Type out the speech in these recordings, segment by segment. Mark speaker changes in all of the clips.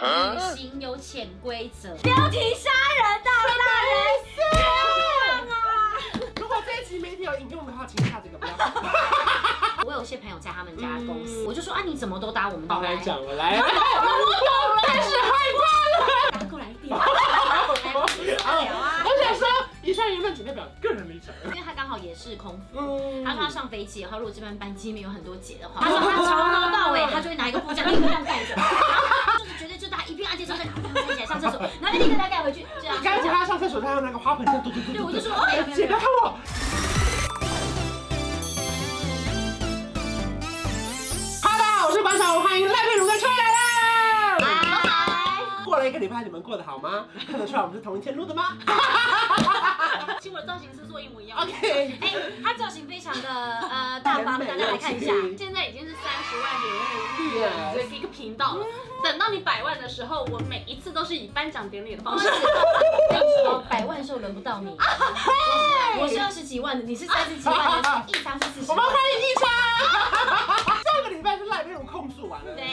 Speaker 1: 旅行有潜规则，
Speaker 2: 标题杀人大大人是啊！
Speaker 3: 如果这一集媒体有引用的话，请下这个标。
Speaker 1: 我有些朋友在他们家公司，
Speaker 3: 嗯
Speaker 1: 我就说啊，你怎么都打我们
Speaker 3: 好
Speaker 1: 的
Speaker 3: 来
Speaker 1: 来？
Speaker 3: 讲，我来。
Speaker 2: 哦
Speaker 1: 打 过来一点，
Speaker 2: 有啊，
Speaker 3: 我想说，以上言论仅代表个人立场。
Speaker 1: 因为他刚好也是空服。
Speaker 3: 嗯
Speaker 1: 他说他上飞机，然后如果这班班机没有很多节的话，他说他从头到尾他就会拿一个布这样一个这样盖着，然后就是绝对就大家一并按键之后再拿布这样站起来上厕所，然后就立刻再盖回去，这样。
Speaker 3: 刚才他上厕所，他用那个花盆这样嘟嘟嘟嘟。
Speaker 1: 对，我就说哎，没有没
Speaker 3: 姐，
Speaker 1: 有
Speaker 3: 不要看我。Hello，我是馆长，欢迎赖佩如的出来啦。过了一个礼拜，你们过得好吗？看得出来我们是同一天录的吗
Speaker 1: 其实我的造型师做一模一样。
Speaker 3: ？OK，
Speaker 1: 哎，他造型非常的呃大方，大家来看一下。
Speaker 4: 现在已经是三十万点阅率
Speaker 3: 了
Speaker 4: 了这一个频道了。 等到你百万的时候，我每一次都是以颁奖典礼的方式。
Speaker 1: 百万寿轮不到 你，我是我是二十几万的，你是三十几万的，一张是四十
Speaker 3: 我们
Speaker 1: 万
Speaker 3: 欢。迎一超。上个礼拜是赖佩如控诉完了。
Speaker 1: 对。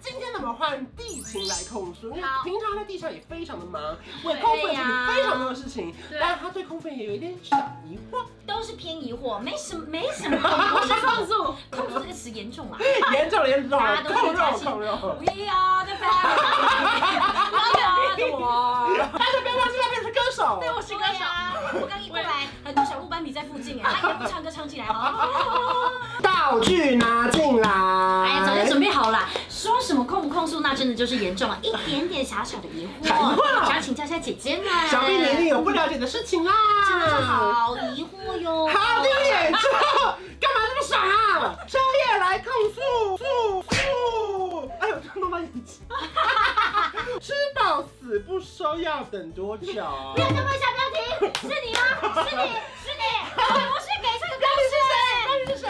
Speaker 3: 今天呢我们换地勤来控诉，因为
Speaker 4: 好
Speaker 3: 平常在地上也非常的忙，为空服人处理非常多的事情，
Speaker 4: 对
Speaker 3: 但是他对空服人也有一点小疑惑，
Speaker 1: 都是偏疑惑，没什么没什么， 我是控诉，控诉这个词严重啊。
Speaker 3: 严重严重，
Speaker 1: 大家都
Speaker 3: 控
Speaker 1: 是
Speaker 3: 肉
Speaker 1: 在
Speaker 3: 控肉。
Speaker 1: We are the family，我。
Speaker 3: 大家不要忘记那边是歌手，
Speaker 1: 对，我是歌手。我刚一过来，很多小鹿斑比在附近哎，他也不唱歌唱起来哦。
Speaker 3: 道具拿进 来。
Speaker 1: 哎呀，早就准备好了。说什么控不控诉，那真的就是严重了，一点点小 小的疑惑，想要请教一下姐姐呢。
Speaker 3: 小妹年龄有不了解的事情啦。
Speaker 1: 真的好疑惑哟。
Speaker 3: 好丢脸，之后干嘛这么爽啊？宵夜来控诉，诉诉！哎呦，弄到眼睛。吃饱死不收，要等多久？
Speaker 1: 不要这么想，不要停，是你吗？是你，是你，我不是给这个公 司。
Speaker 3: 是谁？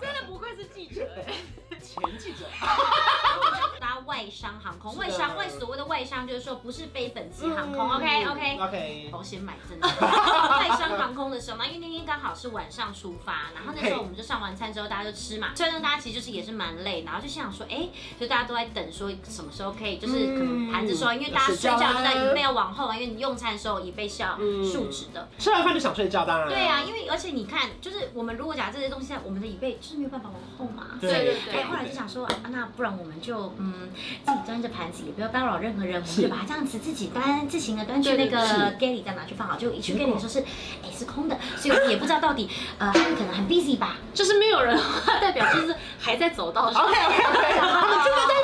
Speaker 4: 真的不愧是记者哎、
Speaker 3: 前记者。
Speaker 1: 搭外商航空，
Speaker 3: 是
Speaker 1: 外商外所谓的外商就是说不是飞本级航空、
Speaker 3: 嗯
Speaker 1: o k OK。
Speaker 3: OK。
Speaker 1: 保险买真的，外商航空的时候嘛，因为那天刚好是晚上出发，然后那时候我们就上完餐之后大家就吃嘛，虽然大家其实就是也是蛮累，然后就心想说，哎、就大家都在等说什么时候可以，就是
Speaker 3: 嗯
Speaker 1: 可能盘子说，因为大家
Speaker 3: 睡
Speaker 1: 睡
Speaker 3: 觉
Speaker 1: 觉
Speaker 3: 啦
Speaker 1: 就在椅背要往后啊，因为你用餐的时候椅背是要
Speaker 3: 嗯
Speaker 1: 竖直的，
Speaker 3: 吃完饭就想睡觉，当然。
Speaker 1: 对
Speaker 4: 嗯
Speaker 1: 啊，因为而且你看，就是我们如果讲这些东西在我们的椅背就是没有办法往后嘛，
Speaker 3: 对
Speaker 4: 对对
Speaker 1: 哎，
Speaker 4: 对
Speaker 1: 后来就想说，啊那不然我们就嗯自己端着盘子，也不要打扰任何人，我们
Speaker 3: 是
Speaker 1: 就把它这样子自己端自行的端去
Speaker 4: 对
Speaker 1: 那
Speaker 4: 对对
Speaker 1: 个
Speaker 3: 是
Speaker 1: galley 再拿去放好。就一去 galley 的时候是，哎是空的，所以我们也不知道到底呃他们可能很 busy 吧。
Speaker 4: 就是没有人的话，代表就是还在走道 上。
Speaker 3: OK OK OK，他们真的在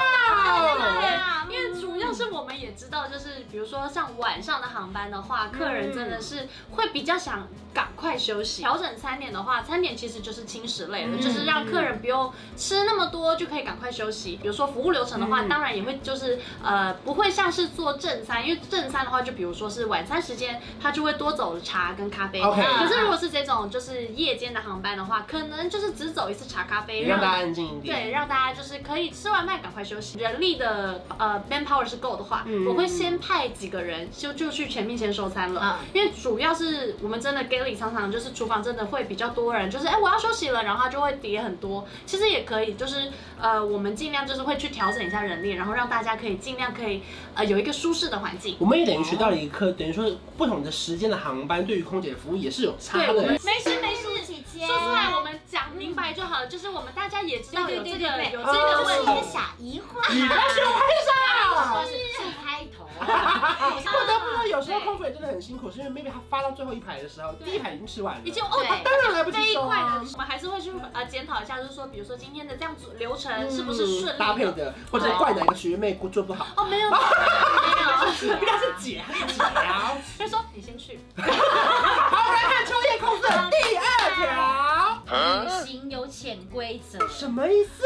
Speaker 3: 忙啦。
Speaker 4: 对啊因为主要是我们也知道，就是比如说像晚上的航班的话，客人真的是会比较想赶快休息。调整餐点的话，餐点其实就是轻食类的，
Speaker 3: 嗯
Speaker 4: 就是让客人不用吃那么多就可以赶快休息。比如说服务流程的话，
Speaker 3: 嗯
Speaker 4: 当然也会就是呃不会像是做正餐，因为正餐的话就比如说是晚餐时间，它就会多走茶跟咖啡。
Speaker 3: OK
Speaker 4: 可是如果是这种就是夜间的航班的话，可能就是只走一次茶咖啡，
Speaker 3: 让大家安静一点。
Speaker 4: 对，让大家就是可以吃完饭赶快休息。人力的呃 manpower 是够的话，
Speaker 3: 嗯
Speaker 4: 我会先派几个人就就去全面先收餐了，
Speaker 1: 嗯
Speaker 4: 因为主要是我们真的 galley 常常就是厨房真的会比较多人，就是哎、我要休息了，然后他就会叠很多。其实也可以，就是呃我们尽量就是会去调整一下人力，然后让大家可以尽量可以呃有一个舒适的环境。
Speaker 3: 我们也等于学到了一课，等于说不同的时间的航班对于空姐服务也是有差
Speaker 4: 对，我们
Speaker 3: 的。
Speaker 4: 没事没事。
Speaker 1: 姐姐
Speaker 4: 说出来，我们讲明白就好了。就是我们大家也知道
Speaker 1: 对
Speaker 4: 有
Speaker 1: 对
Speaker 4: 这
Speaker 1: 对
Speaker 4: 个
Speaker 1: 对对，
Speaker 4: 有
Speaker 1: 哦
Speaker 4: 这
Speaker 1: 这
Speaker 4: 个
Speaker 1: 就是
Speaker 4: 问
Speaker 1: 你
Speaker 4: 题
Speaker 1: 的，小疑惑。
Speaker 3: 你在学我
Speaker 1: 我
Speaker 3: 拍
Speaker 1: 说
Speaker 3: 手。
Speaker 1: 是是开 头，
Speaker 3: 不得不说，有时候空服也真的很辛苦，是因为 maybe 他发到最后一排的时候，第一排已经吃完了，
Speaker 4: 已经哦，
Speaker 1: 对
Speaker 4: 他
Speaker 3: 当然来不
Speaker 4: 这
Speaker 3: 及
Speaker 4: 一
Speaker 3: 收
Speaker 4: 块呢
Speaker 3: 啊。，
Speaker 4: 我们还是会去呃检讨一下，就是说，比如说今天的这样子流程是不是
Speaker 3: 嗯
Speaker 4: 顺利
Speaker 3: 搭配的，或者怪哪个学妹做不好？
Speaker 4: 哦，没有，没有，
Speaker 3: 人家是 姐，她是姐啊。
Speaker 4: 就说你先 去，
Speaker 3: 好，我们来看秋叶控制的第二
Speaker 1: 旅行有潜规则。
Speaker 3: 条，什么意思？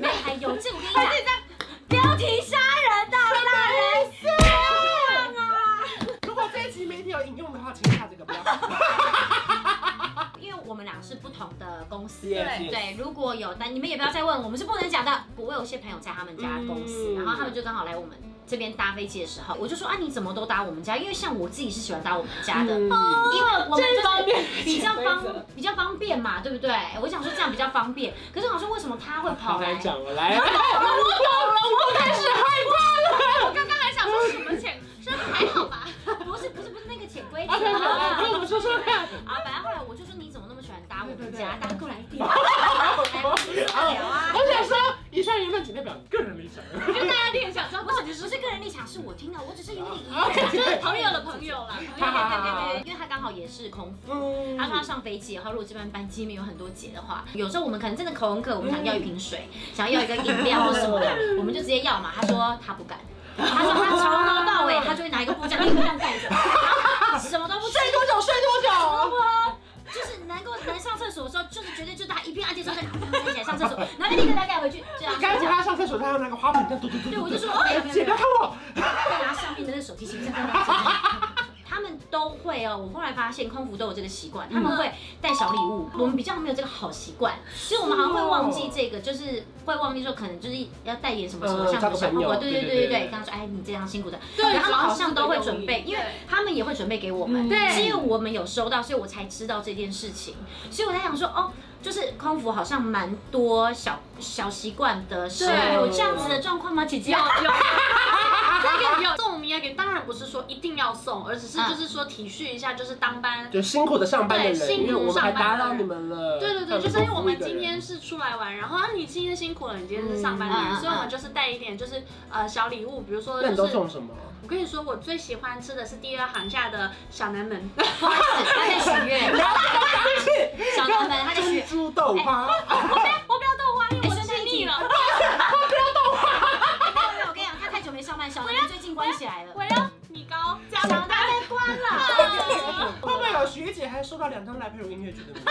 Speaker 1: 那还有这，我跟你讲，
Speaker 2: 标题杀人大大人是啊！
Speaker 3: 如果这一集媒体有引用的话，请下这个标。
Speaker 1: 因为我们俩是不同的公司。
Speaker 3: Yes, yes
Speaker 1: 对，如果有，但你们也不要再问，我们是不能讲的。我有些朋友在他们家公司，
Speaker 3: 嗯
Speaker 1: 然后他们就刚好来我们这边搭飞机的时候，我就说啊，你怎么都搭我们家？因为像我自己是喜欢搭我们家的，
Speaker 3: 嗯
Speaker 1: 因为我们
Speaker 4: 这方
Speaker 1: 就
Speaker 4: 面
Speaker 1: 是比较方比较方便嘛，对不对？我想说这样比较方便，可是我想说为什么他会跑
Speaker 3: 好
Speaker 1: 来
Speaker 3: 来？讲，我来。
Speaker 2: 我刚刚还想说什么钱，说还好吧。
Speaker 1: 不是不是不是那个潜规则
Speaker 3: OK，好来，
Speaker 1: 啊
Speaker 3: 跟我们说说看。
Speaker 1: 啊！反正后来我就说你怎么那么喜欢搭我们家？
Speaker 3: 对对对
Speaker 1: 搭过来一点，来我们受不了 啊！
Speaker 3: 我想说，以上言论仅代表个人立场。
Speaker 4: 我觉得大家一定很想知道
Speaker 1: 不
Speaker 4: 到
Speaker 1: 是
Speaker 4: 底是
Speaker 1: 不是个人立场，是我听的，我只是有点疑
Speaker 3: 啊
Speaker 1: 惑。
Speaker 4: 就是朋友的朋友啦，朋友
Speaker 1: 对对对
Speaker 3: 好
Speaker 1: 对对，因为他刚好也是空服。
Speaker 3: 嗯
Speaker 1: 他说他上飞机以后，如果这班班机没有很多节的话，有时候我们可能真的口很渴，我们想要一瓶水，想要一个饮料或什么的，我们就直接要嘛。他说他不敢，他说他从头到尾，他就会拿一个布这样一个蛋盖着，什么都不吃，
Speaker 3: 睡多久睡多久？
Speaker 1: 就是能够能上厕所的时候，就是绝对就是他一边按键之后再拿布盖起来上厕所，然后立刻再盖回去，这样。
Speaker 3: 刚才他上厕所，他用那个花盆这样嘟嘟嘟。
Speaker 1: 对，我就说，哎，
Speaker 3: 姐不要看我。
Speaker 1: 再拿上面的那个手提行李箱再拿出来。他们都会哦，我后来发现空服都有这个习惯，他们会带小礼物，我们比较没有这个好习惯，
Speaker 4: 哦
Speaker 1: 所以我们好像会忘记这个，就是会忘记说可能就是要带点什么什么，
Speaker 3: 嗯
Speaker 1: 像小
Speaker 3: 交个朋
Speaker 1: 朋
Speaker 3: 友
Speaker 1: 友，对对对
Speaker 3: 对
Speaker 1: 对
Speaker 3: 对
Speaker 1: 对，
Speaker 3: 对
Speaker 1: 跟他说，哎，你这样辛苦的，
Speaker 4: 对
Speaker 1: 然后他们好像都会
Speaker 4: 主要是
Speaker 1: 准备，因为
Speaker 4: 对
Speaker 1: 他们也会准备给我们，
Speaker 4: 对
Speaker 1: 是因为我们有收到，所以我才知道这件事情，所以我在想说，哦，就是空服好像蛮多小小习惯的，是
Speaker 4: 对
Speaker 1: 有这样子的状况吗？姐姐
Speaker 4: 有，有。这个有送米也给，当然不是说一定要送，而只是就是
Speaker 3: 嗯
Speaker 4: 说体恤一下，就是当班。
Speaker 3: 就辛苦的上班的
Speaker 4: 对
Speaker 3: 人，
Speaker 4: 辛苦
Speaker 3: 因为我们还
Speaker 4: 上班
Speaker 3: 打
Speaker 4: 的人
Speaker 3: 扰你们了。
Speaker 4: 对对对，就是因为我们今天是出来玩，然后啊你今天辛苦了，你今天是上班的
Speaker 1: 嗯嗯
Speaker 4: 人，
Speaker 1: 嗯
Speaker 4: 所以我们就是带一点就是呃小礼物，比如说
Speaker 3: 那你都
Speaker 4: 就是
Speaker 3: 送什么？
Speaker 4: 我跟你说，我最喜欢吃的是第二行下的小南门，
Speaker 3: 哎
Speaker 1: 不好意思，他在许愿。小男们，他在许
Speaker 3: 珍珠豆花，
Speaker 4: 我不要动画，因 为我真的太腻了。
Speaker 1: 没有没有，我跟你讲，他太久没上班，小男们最近关起来了。
Speaker 4: 我要米糕加
Speaker 1: 小
Speaker 4: 王
Speaker 1: 男
Speaker 4: 大
Speaker 1: 被关了，
Speaker 3: 会不会有学姐还收到两张来陪我音乐剧的名字？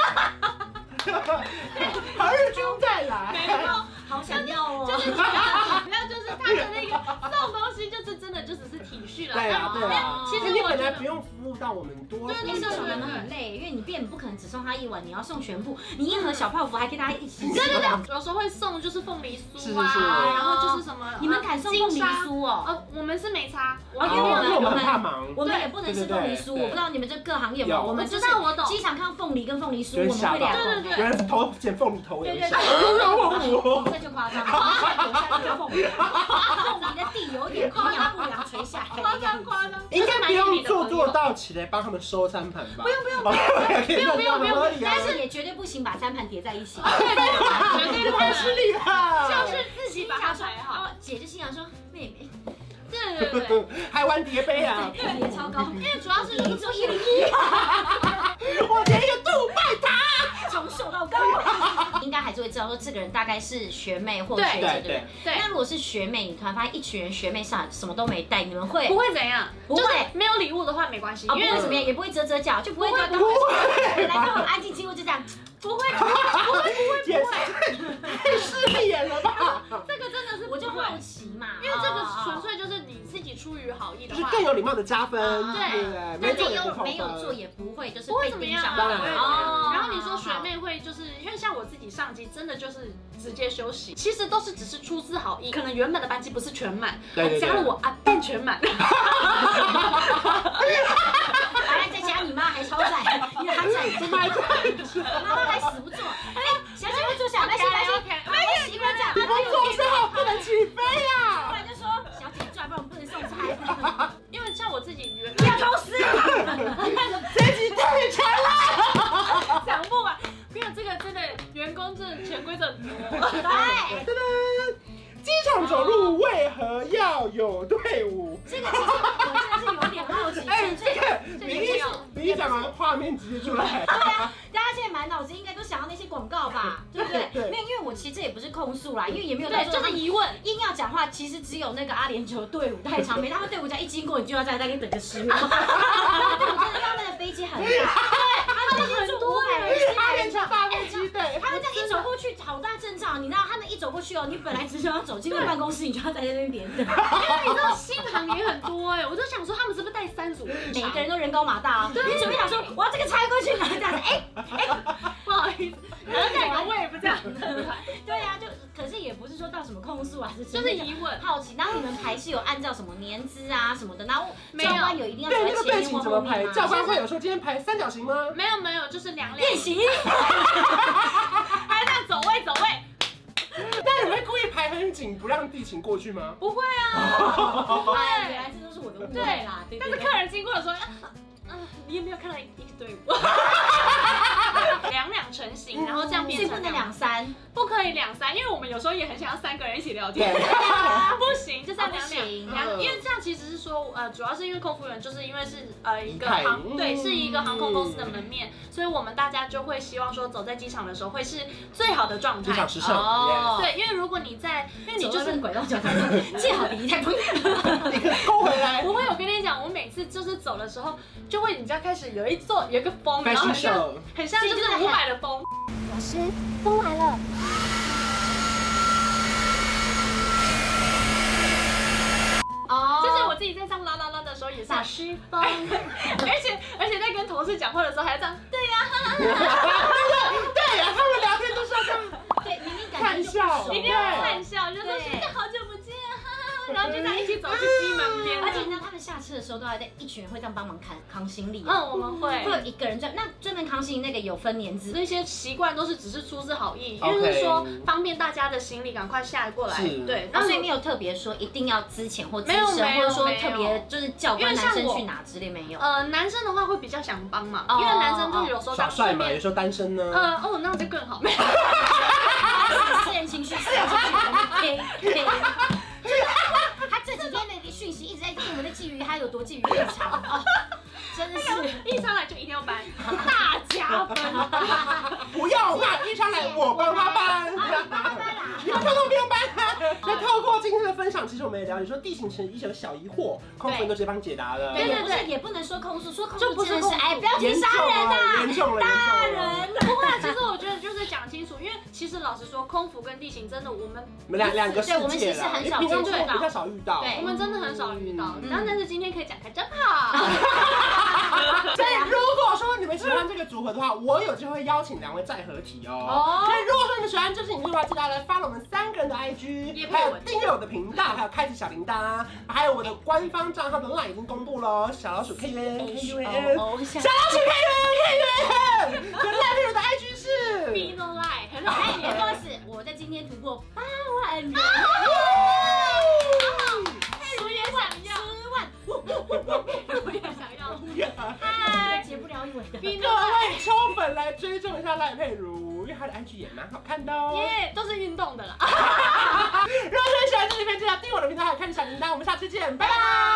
Speaker 4: 哎
Speaker 3: 何日君再
Speaker 4: 没
Speaker 3: 来？
Speaker 4: 错，
Speaker 1: 好想要哦。
Speaker 4: 就是主要主要就是他的那个送东西，就是真的就只是体恤了。
Speaker 3: 对啊对啊，
Speaker 4: 哎其实
Speaker 3: 你
Speaker 4: 我
Speaker 3: 本
Speaker 4: 觉
Speaker 3: 来
Speaker 4: 得
Speaker 3: 不。用服务到我们多，
Speaker 4: 对
Speaker 1: 那
Speaker 4: 对
Speaker 1: 时
Speaker 4: 对
Speaker 1: 候
Speaker 4: 对
Speaker 1: 小男们很累，因为你变不可能只送他一碗，你要送全部。你一盒小泡芙还给大家一起吃。
Speaker 4: 对对对，有时候会送就是凤梨酥啊，
Speaker 3: 是是是
Speaker 4: 然后就是什么
Speaker 1: 你们敢送凤梨？酥
Speaker 4: 呃金沙
Speaker 1: 哦？
Speaker 4: 呃，我们是没差，我
Speaker 1: 哦
Speaker 4: 们
Speaker 3: 因
Speaker 1: 因为我们
Speaker 3: 为我们很怕忙，
Speaker 1: 我们也不能吃凤梨酥，我不知道你们这各行业有。我们
Speaker 4: 知道我懂，
Speaker 1: 机场看凤梨跟凤梨酥，
Speaker 3: 有人
Speaker 1: 我们
Speaker 3: 吓
Speaker 1: 会
Speaker 3: 到，
Speaker 1: 两
Speaker 4: 对
Speaker 1: 个。
Speaker 4: 对
Speaker 3: 有人头剪凤梨头，有
Speaker 1: 对对
Speaker 3: 人吓
Speaker 1: 对
Speaker 3: 到，。让我
Speaker 1: 这就夸张了，有下有凤梨，凤梨的地有点阴阳不良垂下来
Speaker 4: 夸
Speaker 1: 的样
Speaker 4: 张
Speaker 1: 子。
Speaker 4: 夸张，
Speaker 3: 应该不用做做
Speaker 4: 到。
Speaker 3: 到起来帮他们收餐盘吧？不用不 用不
Speaker 4: 不用不用不用
Speaker 1: 但是哦也绝对不行把餐盘叠在一起。
Speaker 4: 绝对
Speaker 3: 太吃力了，
Speaker 4: 就是自己把它摆好。
Speaker 1: 哦，姐就心想说，妹妹，
Speaker 4: 对对对对，
Speaker 3: 还玩叠杯
Speaker 4: 哦
Speaker 3: 啊！
Speaker 1: 叠超 高，
Speaker 4: 因为主要是
Speaker 1: 一桌一零一，
Speaker 3: 我叠一个杜拜塔，
Speaker 1: 从瘦到高，应该还是会知道说这个人大概是学妹或学
Speaker 4: 对
Speaker 1: 姐，
Speaker 3: 对
Speaker 1: 对不
Speaker 3: 对
Speaker 1: 对？。
Speaker 4: 对
Speaker 1: 那如果是学妹，你突然发现一群人学妹上来什么都没带，你们会
Speaker 4: 不会怎样，
Speaker 1: 不会
Speaker 4: 就是没有礼物的话没关系，
Speaker 1: 啊，
Speaker 4: 因
Speaker 1: 不
Speaker 4: 为
Speaker 1: 会怎么样，也不会折折脚，就不会
Speaker 4: 不会
Speaker 1: 当
Speaker 3: 不会
Speaker 1: 来到
Speaker 3: 吧？
Speaker 1: 很安静经过就这样，
Speaker 4: 不会不会不会，
Speaker 3: 也太势利眼了吧？
Speaker 4: 这个真的是
Speaker 1: 我就
Speaker 4: 不会
Speaker 1: 好奇嘛，
Speaker 4: 因为这个
Speaker 1: 哦
Speaker 4: 纯。粹就是你自己出于好意
Speaker 3: 就
Speaker 4: 的
Speaker 3: 是
Speaker 4: 话，
Speaker 3: 更有礼貌的加
Speaker 4: 嗯
Speaker 3: 分，对不
Speaker 1: 啊对
Speaker 3: 对？
Speaker 1: 哦但
Speaker 3: 没
Speaker 1: 你
Speaker 3: 做也
Speaker 1: 有
Speaker 3: 不扣
Speaker 1: 没有做
Speaker 3: 分。
Speaker 1: 也不会，就是
Speaker 4: 不会
Speaker 1: 被
Speaker 4: 怎么
Speaker 1: 盯
Speaker 4: 样
Speaker 1: 上
Speaker 4: 啊。
Speaker 3: 当
Speaker 4: 不
Speaker 3: 然
Speaker 4: 会怎么
Speaker 1: 哦
Speaker 4: 样然后你说学妹会就是，因为像我自己上机真的就是直接休息，其实都是只是出自好意，可能原本的班机不是全满，
Speaker 3: 对对对
Speaker 4: 还加了我啊半全满，
Speaker 1: 还在家你妈还超载，你还载你妈，妈妈还死不坐。哎，小姐快坐下，来，来来，来习惯这样。
Speaker 3: 你不做事好不能起飞
Speaker 1: 后
Speaker 3: 呀！
Speaker 1: 来就说小姐拽，不然我们不能送餐。
Speaker 4: 因为像我自己原
Speaker 1: 不要公司，
Speaker 3: 这集太长了，
Speaker 4: 讲不完。没有这个真的员工真的潜规则很
Speaker 1: 哎
Speaker 4: 多，
Speaker 1: 对，
Speaker 3: 噔噔。机场走路为何要有队伍？
Speaker 1: 这个其实我真的是有点好奇，
Speaker 3: 哎，
Speaker 1: 所
Speaker 3: 这
Speaker 1: 以
Speaker 3: 个
Speaker 4: 这
Speaker 3: 你
Speaker 4: 个
Speaker 3: 一
Speaker 4: 没有
Speaker 3: 你一讲完画面直接出来。
Speaker 1: 大家现在满脑子应该都想到那些广告吧，对不对？没有，因为我其实这也不是控诉啦，因为也没有
Speaker 4: 对，就是疑问。
Speaker 1: 硬要讲话，其实只有那个阿联酋队伍太长，没他们队伍只要一经过，你就要在那里等个十秒。他们真的他们的飞机很大，对，他们飞机住五百人、七
Speaker 3: 阿
Speaker 1: 百
Speaker 3: 联
Speaker 1: 人
Speaker 4: 啊
Speaker 3: 酋大飞机队，
Speaker 1: 他们这样一走过去，好大阵仗。你知道，他们一走过去哦，你本来只想要走进办公室，你就要在那边连 等。
Speaker 4: 因哎为你知道新航也很多哎、我就想说他们是不是带三组？
Speaker 1: 每个人都人高马大哦。
Speaker 4: 啊
Speaker 1: 你准备想说，我要这个拆过去，然后这样子，哎、
Speaker 4: 不好意思，然后下一个我也不这样。
Speaker 1: 对啊，就可是也不是说到什么控诉啊，还是
Speaker 4: 就是疑问
Speaker 1: 好奇。然后你们排是有按照什么年资啊什么的，然后
Speaker 4: 没有
Speaker 1: 教官有一定要排
Speaker 3: 对，那个
Speaker 1: 前
Speaker 3: 背
Speaker 1: 面或
Speaker 3: 景怎么
Speaker 1: 后
Speaker 3: 排
Speaker 1: 面？吗？
Speaker 3: 教官会有说今天排三角形吗？
Speaker 4: 没有没有，就是两两
Speaker 1: 练，习，
Speaker 4: 还在走位走位，
Speaker 3: 那你会故意排很紧，不让地勤过去吗？
Speaker 4: 不会啊。
Speaker 1: 哎，原来这都是我的误会啦。对
Speaker 4: 但是
Speaker 1: 对对
Speaker 4: 客人经过的时候，啊啊，你有没有看到一一队伍？ 两两成型，然后这样
Speaker 1: 嗯
Speaker 4: 变
Speaker 1: 是
Speaker 4: 成
Speaker 1: 不能
Speaker 4: 两
Speaker 1: 两三，
Speaker 4: 不可以两三，因为我们有时候也很想要三个人一起聊天啊
Speaker 3: 对，
Speaker 4: 不行，就是要
Speaker 1: 哦
Speaker 4: 两
Speaker 1: 嗯不行
Speaker 4: 两两，
Speaker 3: 嗯
Speaker 4: 因为这样其实是说，呃，主要是因为空服员就是因为是呃一个
Speaker 3: 一派
Speaker 4: 航，
Speaker 3: 嗯
Speaker 4: 对，是一个航空公司的门面，所以我们大家就会希望说走在机场的时候会是最好的状
Speaker 3: 机
Speaker 4: 态
Speaker 3: 场。时尚，
Speaker 1: 哦
Speaker 4: 对，因为如果你在，因为你
Speaker 1: 你
Speaker 4: 就
Speaker 1: 就是是轨道交通， 借好的仪态。
Speaker 3: yes 勾回来
Speaker 4: 不会，我跟你讲，我每次就是走的时候，就会你知道开始有一座有一个风，然后
Speaker 3: ，fashion
Speaker 4: 很像
Speaker 3: show，
Speaker 4: 很像就是哦五百的风，
Speaker 2: 老师，风来了。
Speaker 1: 哦
Speaker 4: 就是我自己在上啦啦啦的时候也是，
Speaker 1: 老
Speaker 4: 而
Speaker 1: 师风，
Speaker 4: 且 而且在跟同事讲话的时候还这样，对呀、
Speaker 3: 对呀，他们聊天都是要这样
Speaker 1: 对，明明感
Speaker 3: 看
Speaker 1: 觉就不
Speaker 3: 笑，
Speaker 1: 熟
Speaker 4: 一定要看笑，就是说
Speaker 1: 对
Speaker 4: 学姐好久不见啊，然后就这样一起走去西门边，
Speaker 1: 而且你知道他们下车的时候都还在一群人会这样帮忙扛扛行李、啊，
Speaker 4: 嗯，我们会
Speaker 1: 会。有一个人专那专门扛行李那个有分年资，
Speaker 4: 那些习惯都是只是出自好意，因
Speaker 3: OK
Speaker 4: 为是说方便大家的行李赶快下过来。
Speaker 3: 是
Speaker 4: 对，
Speaker 1: 那
Speaker 4: 那
Speaker 1: 哦所以
Speaker 4: 如
Speaker 1: 没有特别说一定要之前或资
Speaker 4: 没有
Speaker 1: 深，
Speaker 4: 没
Speaker 1: 或
Speaker 4: 有
Speaker 1: 者说
Speaker 4: 没有
Speaker 1: 特别就是教官
Speaker 4: 因为
Speaker 1: 男
Speaker 4: 像
Speaker 1: 生
Speaker 4: 我
Speaker 1: 去哪之类没有。
Speaker 4: 呃男生的话会比较想帮忙，
Speaker 1: 哦
Speaker 4: 因为男生就有时候
Speaker 3: 耍
Speaker 4: 当
Speaker 3: 帅
Speaker 4: 顺
Speaker 3: 嘛，有
Speaker 4: 便，
Speaker 3: 时候单身呢，
Speaker 4: 呃哦那就更好。
Speaker 1: 啊私人情绪，私人情绪，呸呸。他这几天的讯息一直在听我们的寄语，他有多寄语很长哦，真 的是。
Speaker 4: 一上来就一定要搬，大加分。
Speaker 3: 不要换，一上来我帮他
Speaker 4: 啊
Speaker 3: 搬， 你们通通不用搬
Speaker 4: 哦
Speaker 3: 啊。那透过今天的分享，其实我们也聊，你说地形成一些小疑惑，空服员都直接帮你解答了，
Speaker 4: 对对
Speaker 1: 不是也不能说控诉，说控
Speaker 4: 就
Speaker 1: 诉
Speaker 4: 不是
Speaker 1: 真的是
Speaker 4: 控诉
Speaker 1: 哎，不要去
Speaker 3: 严重
Speaker 1: 杀人
Speaker 3: 了，
Speaker 1: 啊，
Speaker 3: 严重了，
Speaker 1: 大
Speaker 3: 严重
Speaker 1: 人
Speaker 3: 了。
Speaker 1: 啊。
Speaker 4: 不会啊，其实我觉得就是讲清楚，因为其实老实说，空服跟地形真的我们
Speaker 3: 我们两两个世
Speaker 1: 对我们其
Speaker 3: 界
Speaker 1: 实
Speaker 3: 啦，
Speaker 1: 很
Speaker 3: 因
Speaker 1: 少
Speaker 3: 为平常
Speaker 1: 接
Speaker 3: 真
Speaker 1: 触
Speaker 3: 的比
Speaker 1: 到
Speaker 3: 较少遇到。
Speaker 1: 对
Speaker 4: 我们真的很少遇到
Speaker 3: 嗯，
Speaker 4: 然后但是今天可以讲开，真好。
Speaker 3: 所以如果说你们喜欢这个组合的话，我有机会邀请两位再合体哦。
Speaker 4: 哦
Speaker 3: 所以如果说你们喜欢这支影片的话，记得要来 follow 我们三个人的 IG，
Speaker 4: 也
Speaker 3: 还
Speaker 4: 配
Speaker 3: 有
Speaker 4: 我
Speaker 3: 订阅我的频道，还有开启小铃铛，还有我的官方账号的 line 已经公布喽，小老鼠 K U N K U N，
Speaker 1: 哦， 想
Speaker 3: 小老鼠 K U N K U N，可赖佩如的 IG 是
Speaker 4: b e no lie，很
Speaker 1: 哎，
Speaker 4: 好
Speaker 1: 不好意思，我在今天突破八万人，
Speaker 4: 我也想要，
Speaker 1: 十万，
Speaker 4: 我也想要。
Speaker 1: 啊嗨，结不了尾的。
Speaker 4: b e
Speaker 3: 各
Speaker 4: no lie，
Speaker 3: 位秋粉来追踪一下赖佩如，因为她的 IG 也蛮好看的哦。
Speaker 4: 耶，都是运动的啦。
Speaker 3: 如果说你喜欢这支影片，记得订阅我的频道，还有开启小铃铛。我们下期见，拜拜。